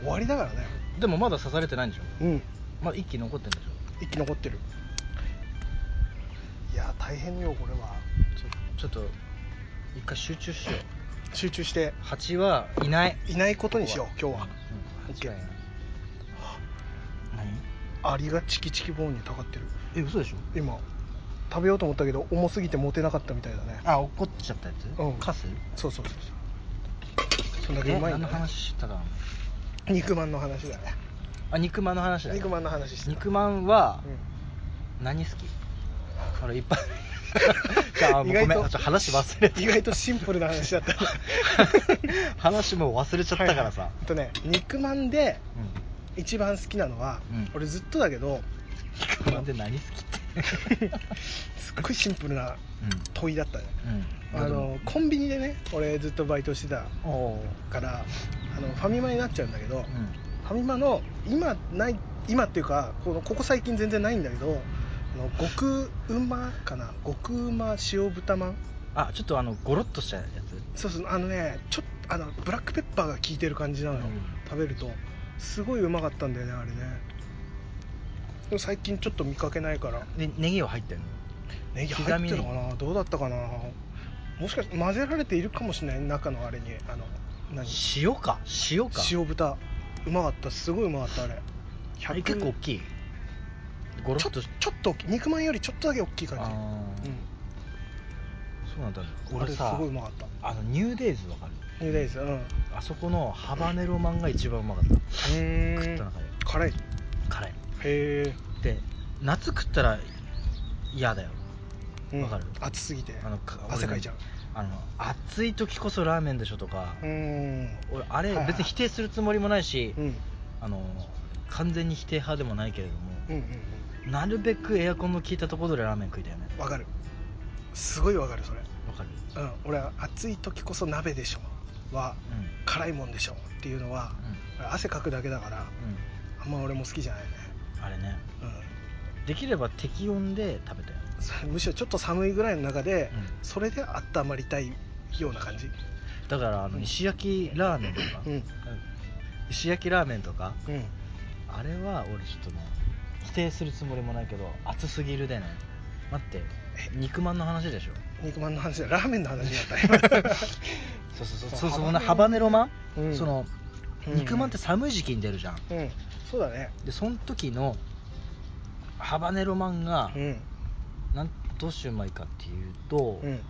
終わりだからね
でもまだ刺されてないんでしょ
うん
まだ一気残ってんでしょ
生き残ってるいや大変よこれは
ちょちょっと一回集中しよう
集中して
蜂はいない
いないことにしよう今日は
うん間違いない何
アリがチキチキボーンにたかってる
え嘘でしょ
今食べようと思ったけど重すぎて持てなかったみたいだね
あ怒っちゃったやつ
うん
カス
そうそうそうそうそんだけ
え
うまいん
何
だ、
の
ね、
話してたかな
肉まんの話だね
あ肉まんの話だ
肉まんの話してた
肉まんは
うん
何好きあれいっ ぱい じゃあもう
意
ごめ
外
ん
と
ちょっと話忘れて
意外とシンプルな話 だった
話もう忘れちゃったからさ、
はいえっとね肉まんで
うん
一番好きなのは、
うん
俺ずっとだけど
肉まんで何好きって
すっごいシンプルな問いだったね
うんうん
あのコンビニでね俺ずっとバイトしてた
おお
からあのファミマになっちゃうんだけど、
ー、
ファミマの今ない今っていうかこのここ最近全然ないんだけどあの極うまかな極うま塩豚まん
あちょっとあのゴロッとしたやつ
そうそうあのねちょっとあのブラックペッパーが効いてる感じなのよ、
うん
食べるとすごいうまかったんだよねあれねでも最近ちょっと見かけないから
でネギは入ってるの
ネギ
刻
入
み
っ
ネ
て
ギ
るのかなどうだったかなもしかして混ぜられているかもしれない中のあれにあの何
塩か塩か
塩豚うまかったすごいうまかったあれ
あれ結構大きいゴロ
ちょ
ッ
っと
と
ちょっと大きい肉まんよりちょっとだけ大きい
あ
感
ー
じ、うん、
そうなんだ
あ
俺
れす
さ
ごいうまかった
あのニューデイズわかる
ニューデイズうんう
あそこのハバネロマンが一番うまかった食
ー
った
ん
中で
辛いへ
辛い
え
で夏食ったら嫌だよ
うん
わかる
熱すぎて
あのか
汗かいちゃう
あの暑い時こそラーメンでしょとか
うーん
俺あれ
はいはい
別に否定するつもりもないし
うん
あの完全に否定派でもないけれど
うんう
も
ん
なるべくエアコンの効いたところでラーメン食いたいよね
うんわかるすごいわかるそれ
わかる
うん俺は暑い時こそ鍋でしょは
うん
辛いもんでしょっていうのは俺汗かくだけだから
うんうん
あんま俺も好きじゃないね
あれね
うん
できれば適温で食べたよ、
そむしろちょっと寒いぐらいの中で、
う
それで温まりたいような感じ
ん、だからあの
うん
石焼きラーメンとか、
うん
石焼きラーメンとか
うん
あれは俺ちょっとね否定するつもりもないけど熱すぎるでね待って肉まんの話でしょ
肉まんの話だラーメンの話だったよ
そうそう
そう
そうそう
ハバネロ
なハバ
う
ネロまん、
ん
その
うん
肉まんって寒い時期に出るじゃん
うんそうだね
でその時のハバネロまんが、
うん
なんどうしてうまいかっていうと、
うん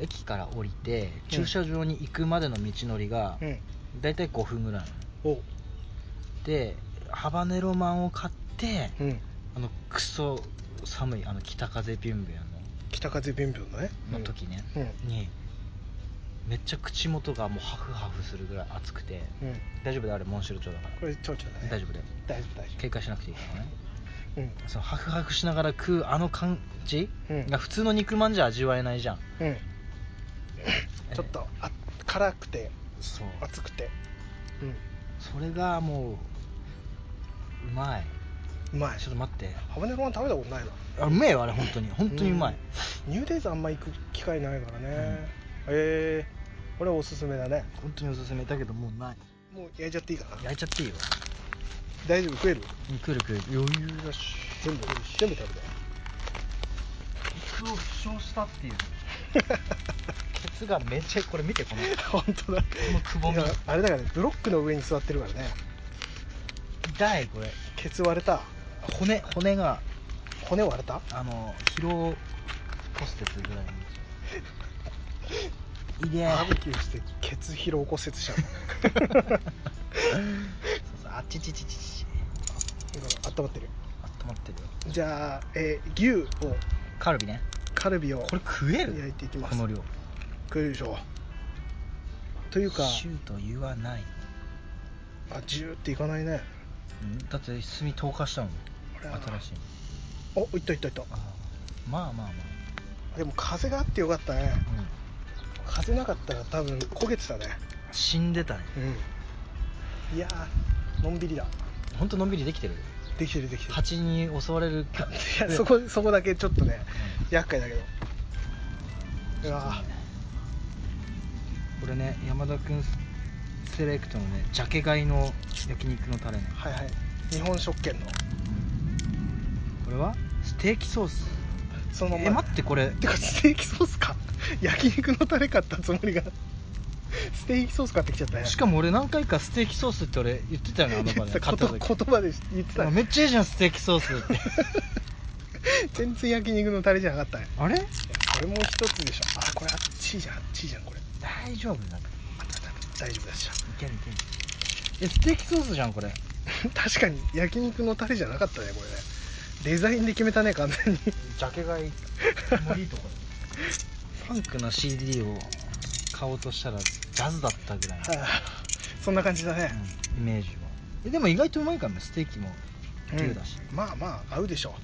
駅から降りて駐車場に行くまでの道のりが
うん
大体5分ぐらいなの
お
でハバネロマンを買って
うん
あのクソ寒いあの北風ビュンビュ
北風ビュンビュンのね
ンのの時ね、
うん
にめっちゃ口元がもうハフハフするぐらい暑くて
うん
大丈夫だよあれモンシロチョウだから
これ蝶々だね
大丈夫だよ
大丈夫大丈
警戒しなくていいからね
夫うん
そのハフハフしながら食うあの感じ
うん
が普通の肉まんじゃ味わえないじゃん、
うんちょっとあ辛くて
そう
熱くてうん
それがもううまいう
まい
ちょっと待って
ハバネロマン食べたことないな
あうめえよあれ本当に本当にうまい、
ニューデイズあんま行く機会ないからね、へえこれおすすめだね
本当におすすめだけどもうない
もう焼いちゃっていいかな
焼いちゃっていいよ
大丈夫食える
くるくる余裕だし
全部全部食べたい
ケツを負傷したっていうケツがめっちゃこれ見てこ の
本当だ
のくぼみ
いやあれだからねブロックの上に座ってるからね
痛いこれ
ケツ割れた
骨骨が
骨割れた
あの疲労骨折ぐらいにいで
バーベキューしてケツ疲労骨折しちゃう
そうそうあっちちちちちち
あったまってる
あったまってるよ
じゃあ、えー牛を
カルビね
カルビを
これ食える
焼いていきます
この量
食えるでしょというか
シュート言わない
あジューっていかないね
んだって炭投下したもん
あれは
新しいの
おいったいったいった
あーまあまあま
でも風があってよかったね
あ、うん、
風なかったら多分焦げてたね
死んでたね
うんいやーのんびりだ
本当のんびりできてる
できてるできてる
蜂に襲われるか
い やそこそこだけちょっとね厄介だけどうわ
これね山田君セレクトのねジャケ買いの焼肉のタレね
ーはいはい日本食券の
これはステーキソース
そのまま
え待ってこれ
てかステーキソースか 焼肉のタレ買ったつもりがステーキソース買ってきちゃったね
しかも俺何回かステーキソースって俺言ってたよねあの場
言っ
で
てた
買っ
こと
た時
言葉で言ってた
あ
ね
めっちゃいいじゃんステーキソースって
全然焼肉のタレじゃなかったね
あれ
これも一つでしょあこれあっちいじゃんあっちいじゃんこれ
大丈夫なんか
あったあった大丈夫でし
いけるいけるえステーキソースじゃんこれ
ょ 確かに焼肉のタレじゃなかったねこれねデザインで決めたね完全に
ジャケ買いもういいとこファンクの CD を買おうとしたらジャズだったぐらいの、
はいそんな感じだね、
うんイメージはえでも意外とうまいからねステーキも
うん
牛だし、
まあまあ合うでしょ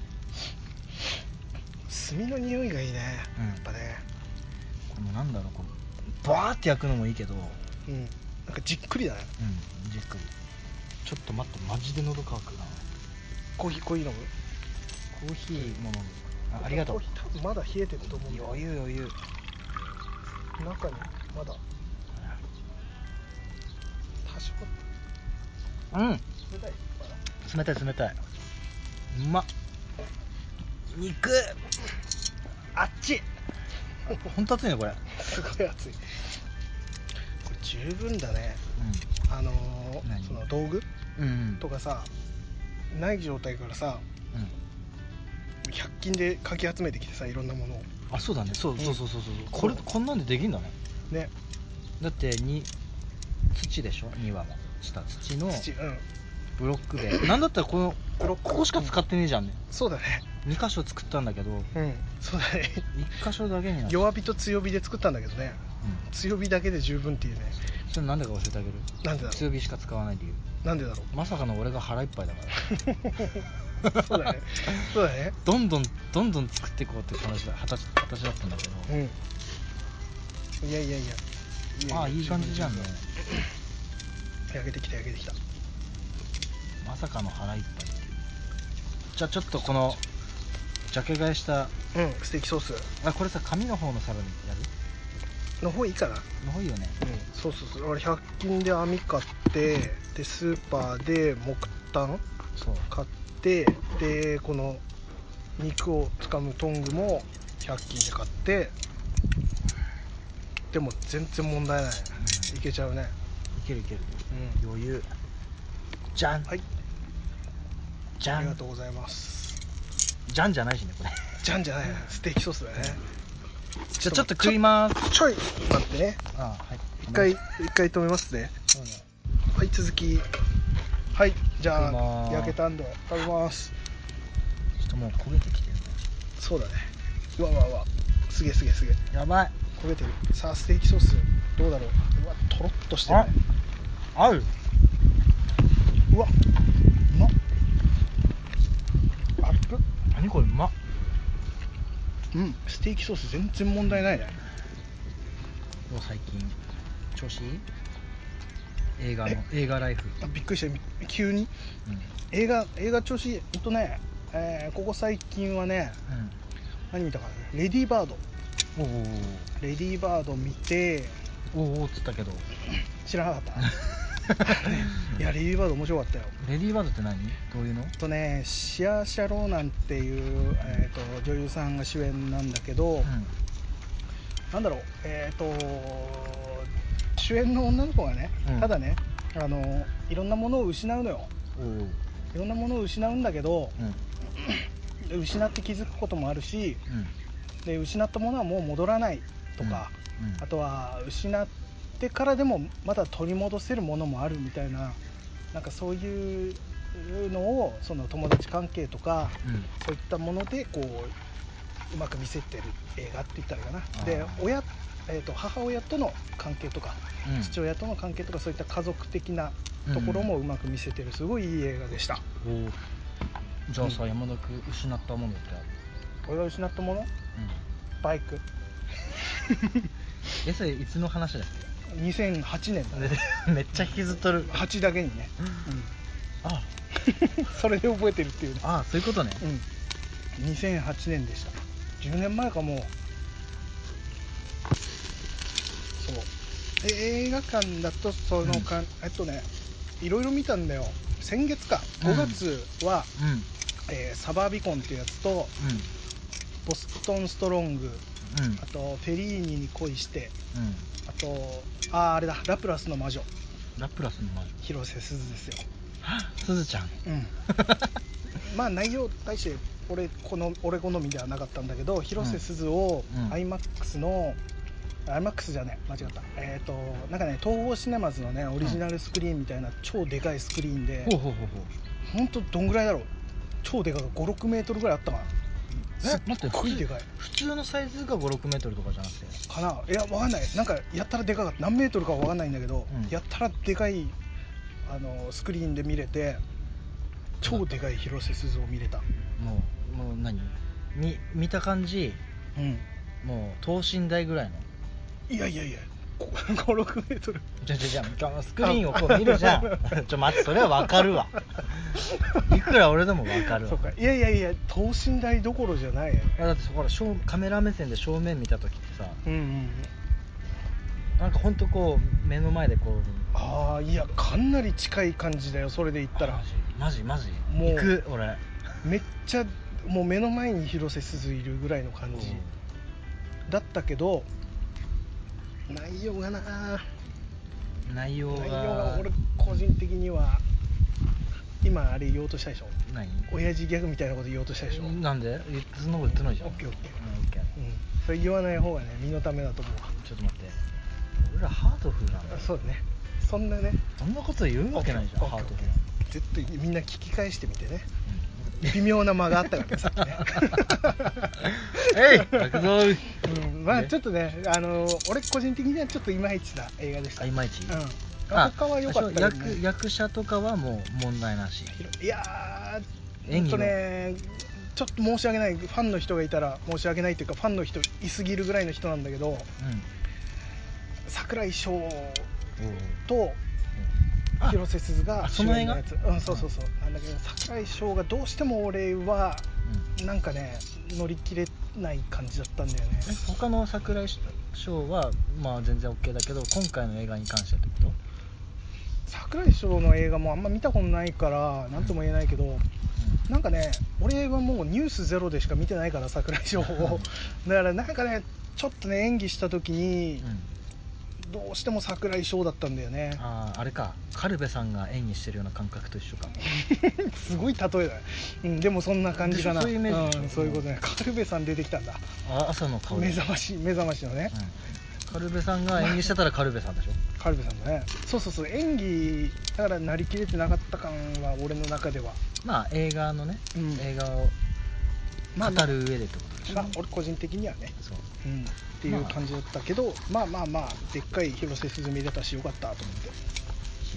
炭の匂いがいいね、
うん
やっぱね
このなんだろうこうバーって焼くのもいいけどうん
うんなんかじっくりだね
じっくりちょっと待ってマジで喉乾くな
コーヒーコーヒー飲む
コーヒーも飲むあありがとう
コーヒー多分まだ冷えてると思うんだよ
余裕余裕
中にまだ多少
うん
冷たいまだ
冷たい冷たいうまっ肉あっち本当熱いねこれ
すごい熱いこれ十分だねあのー
何
その道具
うんうん
とかさない状態からさ
うん
100均でかき集めてきてさいろんなものを
あそうだねそうそうそうそうそう
うん
これこんなんでできるんだね
ね
だってに土でしょ2はもした土の
土うん
ブロック でなんだったらこの
ブロック
ここしか使ってねえじゃんね
そうだね
2箇所作ったんだけど
うんそうだね
1箇所だけになっ
弱火と強火で作ったんだけどね
うん
強火だけで十分っていうね
それなんでか教えてあげる
なんでだろ
強火しか使わない理由
うなんで だろ
まさかの俺が腹いっぱいだから
うそうだねそうだね
どんどんどんどん作っていこうっていう話だ形形だったんだけど、
うんいやいやいやいや
ああいい感じじゃんね
焼けてきた焼けてきた
まさかの腹いっぱいっていうじゃあちょっとこのジャケ買いした
うんステーキソース
あこれさ紙の方の皿にやる
の方いいかな
の方いいよね
うんそうそうそう俺100均で網買ってでスーパーで木炭
そう
買ってでこの肉をつかむトングも100均で買ってでも全然問題ない、
うん
いけちゃうね
いけるいける、
う
余裕じゃん、
はい
じ
あ
ゃ
りが
ん
とうございます
じゃんじゃないしねこれ
じゃんじゃないステーキソースだね
じゃあちょっと食います
ちょい待ってね
あはい
一回一回止めますね
そうね
はい続きはいじゃ
食いまー
あ
す
焼けたんで食べます
ちょっともう焦げてきてるね
そうだねうわうわうわすげえすげえすげえ
やばい
焦げてるさあステーキソースどうだろううわとろっとしてるね
合う
うわうまっあっぷ
何これうまっ
うんステーキソース全然問題ないね
もう最近調子いい映画の映画ライフ、
あびっくりした急に
うん
映画映画調子いいほんとね、えーここ最近はね何見たかなレディーバード
おー
レディーバード見て
おーおーっつったけど
知らなかったいやレディーバード面白かったよ
レディーバードって何どういうの
えっとねシア・シャローナンっていう、えー、と女優さんが主演なんだけど、なんだろうえっ、と主演の女の子がね、
うん
ただねあのいろんなものを失うのよ
うんおー
いろんなものを失うんだけど
うん
で失って気づくこともあるし
うん
で失ったものはもう戻らないとか、
うん
あとは失ってからでもまだ取り戻せるものもあるみたいななんかそういうのをその友達関係とか
うん
そういったものでこううまく見せてる映画って言ったらいいかな
あー
で親、えー、と母親との関係とか、
うん
父親との関係とかそういった家族的なところもうまく見せてるすごいいい映画でした
おーじゃあさ、
うん
山田君失ったものってある、
俺が失ったもの
うん、
バイ ク
えそれいつの話だっ
2008年だね
け めっちゃ引きずっとる
8だけにね、
あ
うん それで覚えてるっていうね、
あそういうことね、
うん、2008年でした10年前かもうそうで映画館だとそのか、えっとねいろいろ見たんだよ先月か
うん
5月は、
うんうん
えーサバービコンっていうやつとボストンストロング
うん
あとフェリーニに恋して
うん
あとあーあれだラプラスの魔女
ラプラスの魔女
広瀬すずですよ
すずちゃん
うんまあ内容大して俺この俺好みではなかったんだけど広瀬すずを
うんうん
iMAX の、iMAX じゃねえ間違ったえっ、となんかね東宝シネマズのねオリジナルスクリーンみたいな超でかいスクリーンで、
ほうほうほうほう
ほんとどんぐらいだろう超でかい56メートルぐらいあったかな
え
すっ
待って
ごい
普通
でかい
普通のサイズが5 6メートルとかじゃなくて
かないやわかんないなんかやったらでかかった何メートルかわかんないんだけど、
うん
やったらでかいあのスクリーンで見れて超でかい広瀬すずを見れた
もうもう何み見た感じ
うん
もう等身大ぐらいの
いやいやいや56メートル
じゃじゃじゃじゃスクリーンをこう見るじ ゃんちょ待ってそれは分かるわいくら俺でも分かる
そ
わ
うかいやいやいや等身大どころじゃないよ
いやだってほら正カメラ目線で正面見た時ってさ
うんうん
なんかほんとこう目の前でこう
ああいやかなり近い感じだよそれで言ったら
マジマジマ
もう
ジ行く俺
めっちゃもう目の前に広瀬すずいるぐらいの感じだったけど内容がな
内容が
内容が俺個人的には今あれ言おうとしたでしょ
何
親父ギャグみたいなこと言おうとしたでしょ、うん、
なんで言そんなこと言ってないじゃん
オッケーオッケー
うんオッケー
それ言わない方がね身のためだと思うわ
ちょっと待って俺らハートフルなんだよ
そうだねそんなね
そんなこと言うわけないじゃん
オッケ
ハ
ー
ー
オッ
ト
ケー
フルなんて
絶対みんな聞き返してみてね微妙な間があったからねさっきね
えい爆増
うん、まあ
ね
ちょっとねあの俺個人的にはちょっといまいちな映画でした
あいまいち
うん
あ
他は良かったけど、
あそう役
ね、
役者とかはもう問題なし
いやー
演技の
ほんとねちょっと申し訳ないファンの人がいたら申し訳ないというかファンの人いすぎるぐらいの人なんだけど
う
櫻井翔
んおう
と
あ
広瀬すずが
あその映
主演
画
のやつうんそうそうそうなんだけど櫻井翔がどうしても俺は
うん
なんかね乗り切れない感じだったんだよね
え他の桜井翔はまあ全然 OK だけど今回の映画に関してってこと
櫻井翔の映画もあんま見たことないから何とも言えないけど、なんかね俺はもう「ニュースゼロでしか見てないから櫻井翔 をだからなんかねちょっとね演技した時に
うん、うん
どうしても櫻井翔だったんだよね
あああれかカルベさんが演技してるような感覚と一 緒か
すごい例えだね、うん、でもそんな感じかな
でしょそういうイメージでしょ
んそういうことねカルベさん出てきたんだ
あ朝の顔
目覚まし目覚ましのね、
うん、カルベさんが演技してたらカルベさんでしょ
カルベさんだねそうそうそう演技だからなりきれてなかった感は俺の中では
まあ映画のね、
うん
映画を
まあ
語る上でってことでしょ、
まあ俺個人的にはね
そう
うん、っていう感じだったけど、まあ、まあまあでっかい広瀬すず見れたしよかったと思っ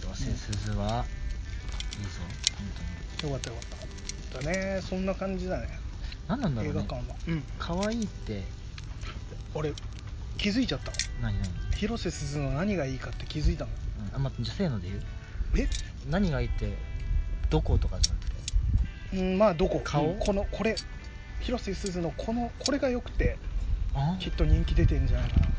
広瀬すずは、いいぞ本
てよかったよかっただねそんな感じだね
当に何なんだろ
映
う
画
ね
館は、うん
可愛いって
俺気づいちゃったの
何何、
広瀬すずの何がいいかって気づいたの
うん、あ待ってじゃあせーので言う
え
何がいいってどことかじゃなくて
うんまあどこ
顔
うんこのこれ広瀬すずのこのこれがよくて
あ
きっと人気出てんじゃないかなって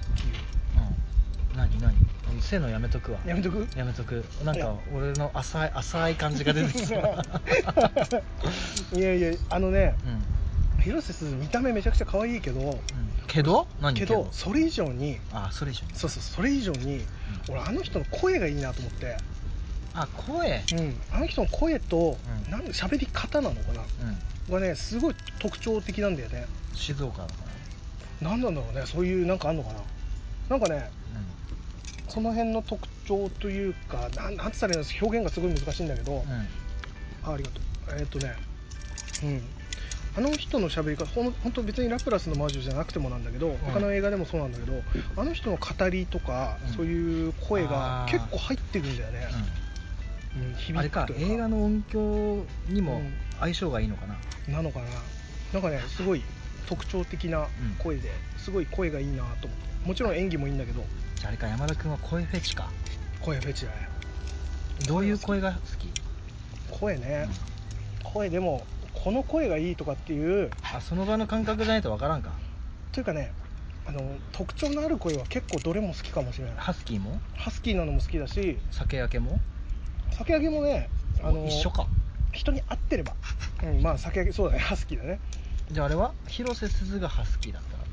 うん何何うんせーのやめとくわ
いうやめとく
やめとくなんか俺の浅い浅い感じが出てきた
いやいやあのね
うん、うん、
広瀬すず見た目めちゃくちゃ可愛いけど
けど何
けどそれ以上に
あそれ以上に
そうそうそれ以上に俺あの人の声がいいなと思って、
あ声
うん、あの人の声と、
うん
なんで喋り方なのかな
うん
がねすごい特徴的なんだよね
静岡だか
何なんだろうねそういうなんかあんのかななんかね
ら
その辺の特徴というかなんなんつったらいいの表現がすごい難しいんだけど、
うん、うん、
あありがとうえーっ、とねうんあの人の喋り方ほん本当別にラプラスの魔女じゃなくてもなんだけど、他の映画でもそうなんだけどあの人の語りとか、
うん
そういう声が
あー
結構入ってるんだよね、うん
あれ
響く
か
という
映画の音響に
う
も
ん
相性がいいのかな、
なのかななんかねすごい特徴的な声で、すごい声がいいなと思ってもちろん演技もいいんだけど
じゃああれか山田君は声フェチか
声フェチだね
どういう声が好き、
声ね
うん、
声でもこの声がいいとかっていう
あその場の感覚じゃないとわからんか
というかねあの特徴のある声は結構どれも好きかもしれない
ハスキーも
ハスキーなのも好きだし
酒焼けも
酒揚げもねあの
一緒か
人に合ってれば、うん、まあ酒揚げそうだねハスキーだね
じゃああれは広瀬すずがハスキーだったら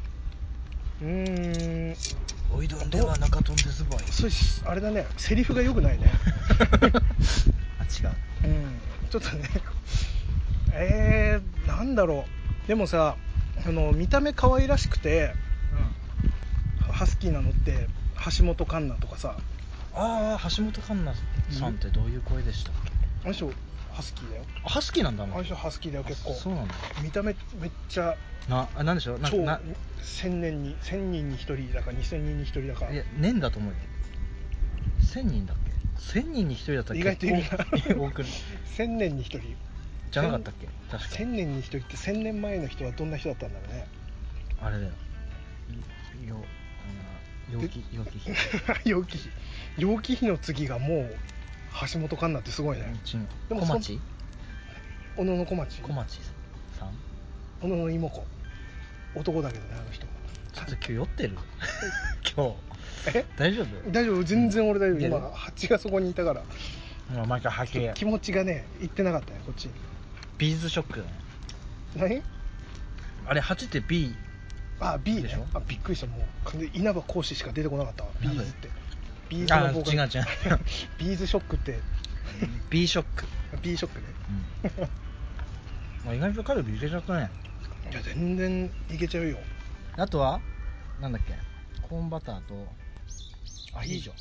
うーん
「おいどんでは中飛んですばい」
そうですあれだねセリフが良くないね
あ違
う
う
んちょっとねえー、なんだろうでもさあの見た目可愛らしくてハスキーなのって橋本環奈とかさ
ああ橋本環奈さんってどういう声でした、
あの人ハスキーだよ
あハスキーなんだ
あ
な
の人ハスキーだよ結構
そうなんだ
見た目めっちゃ
なあなんでしょうなん
超
かな
千年に千人に一人だか二千人に一人だか
いや年だと思うよ1000人だっけ1000人に1人だったら
意外とい
結
る
構
な
多 くない
千年に一人
じゃなかったっけ確か
千年に一人って千年前の人はどんな人だったんだろうね
あれだよいよあの陽気陽気日
陽気比陽気比の次がもう橋本環奈ってすごいね、で
小
もそん
町
小野の小町
小町さん
小野の妹子男だけどねあの人
ちょっと今日 酔ってる今日
え
大丈
大丈夫全然俺大丈夫
いや
今蜂がそこにいたから
夫もう毎回波形
気持ちがね行ってなかったねこっちに
ビーズショックだね
何
あれ8って B
あ B ね
でしょ
あびっくりしたもう完全に稲葉講師しか出てこなかったわビ
なん
ー
で
ズってビーズのボーカル
あ違う違う
ビーズショックって
B ショック
B ショックね
うんまあ意外とカルビいけちゃったね
いや全然いけちゃうよ
あとはなんだっけコーンバターとアヒージョ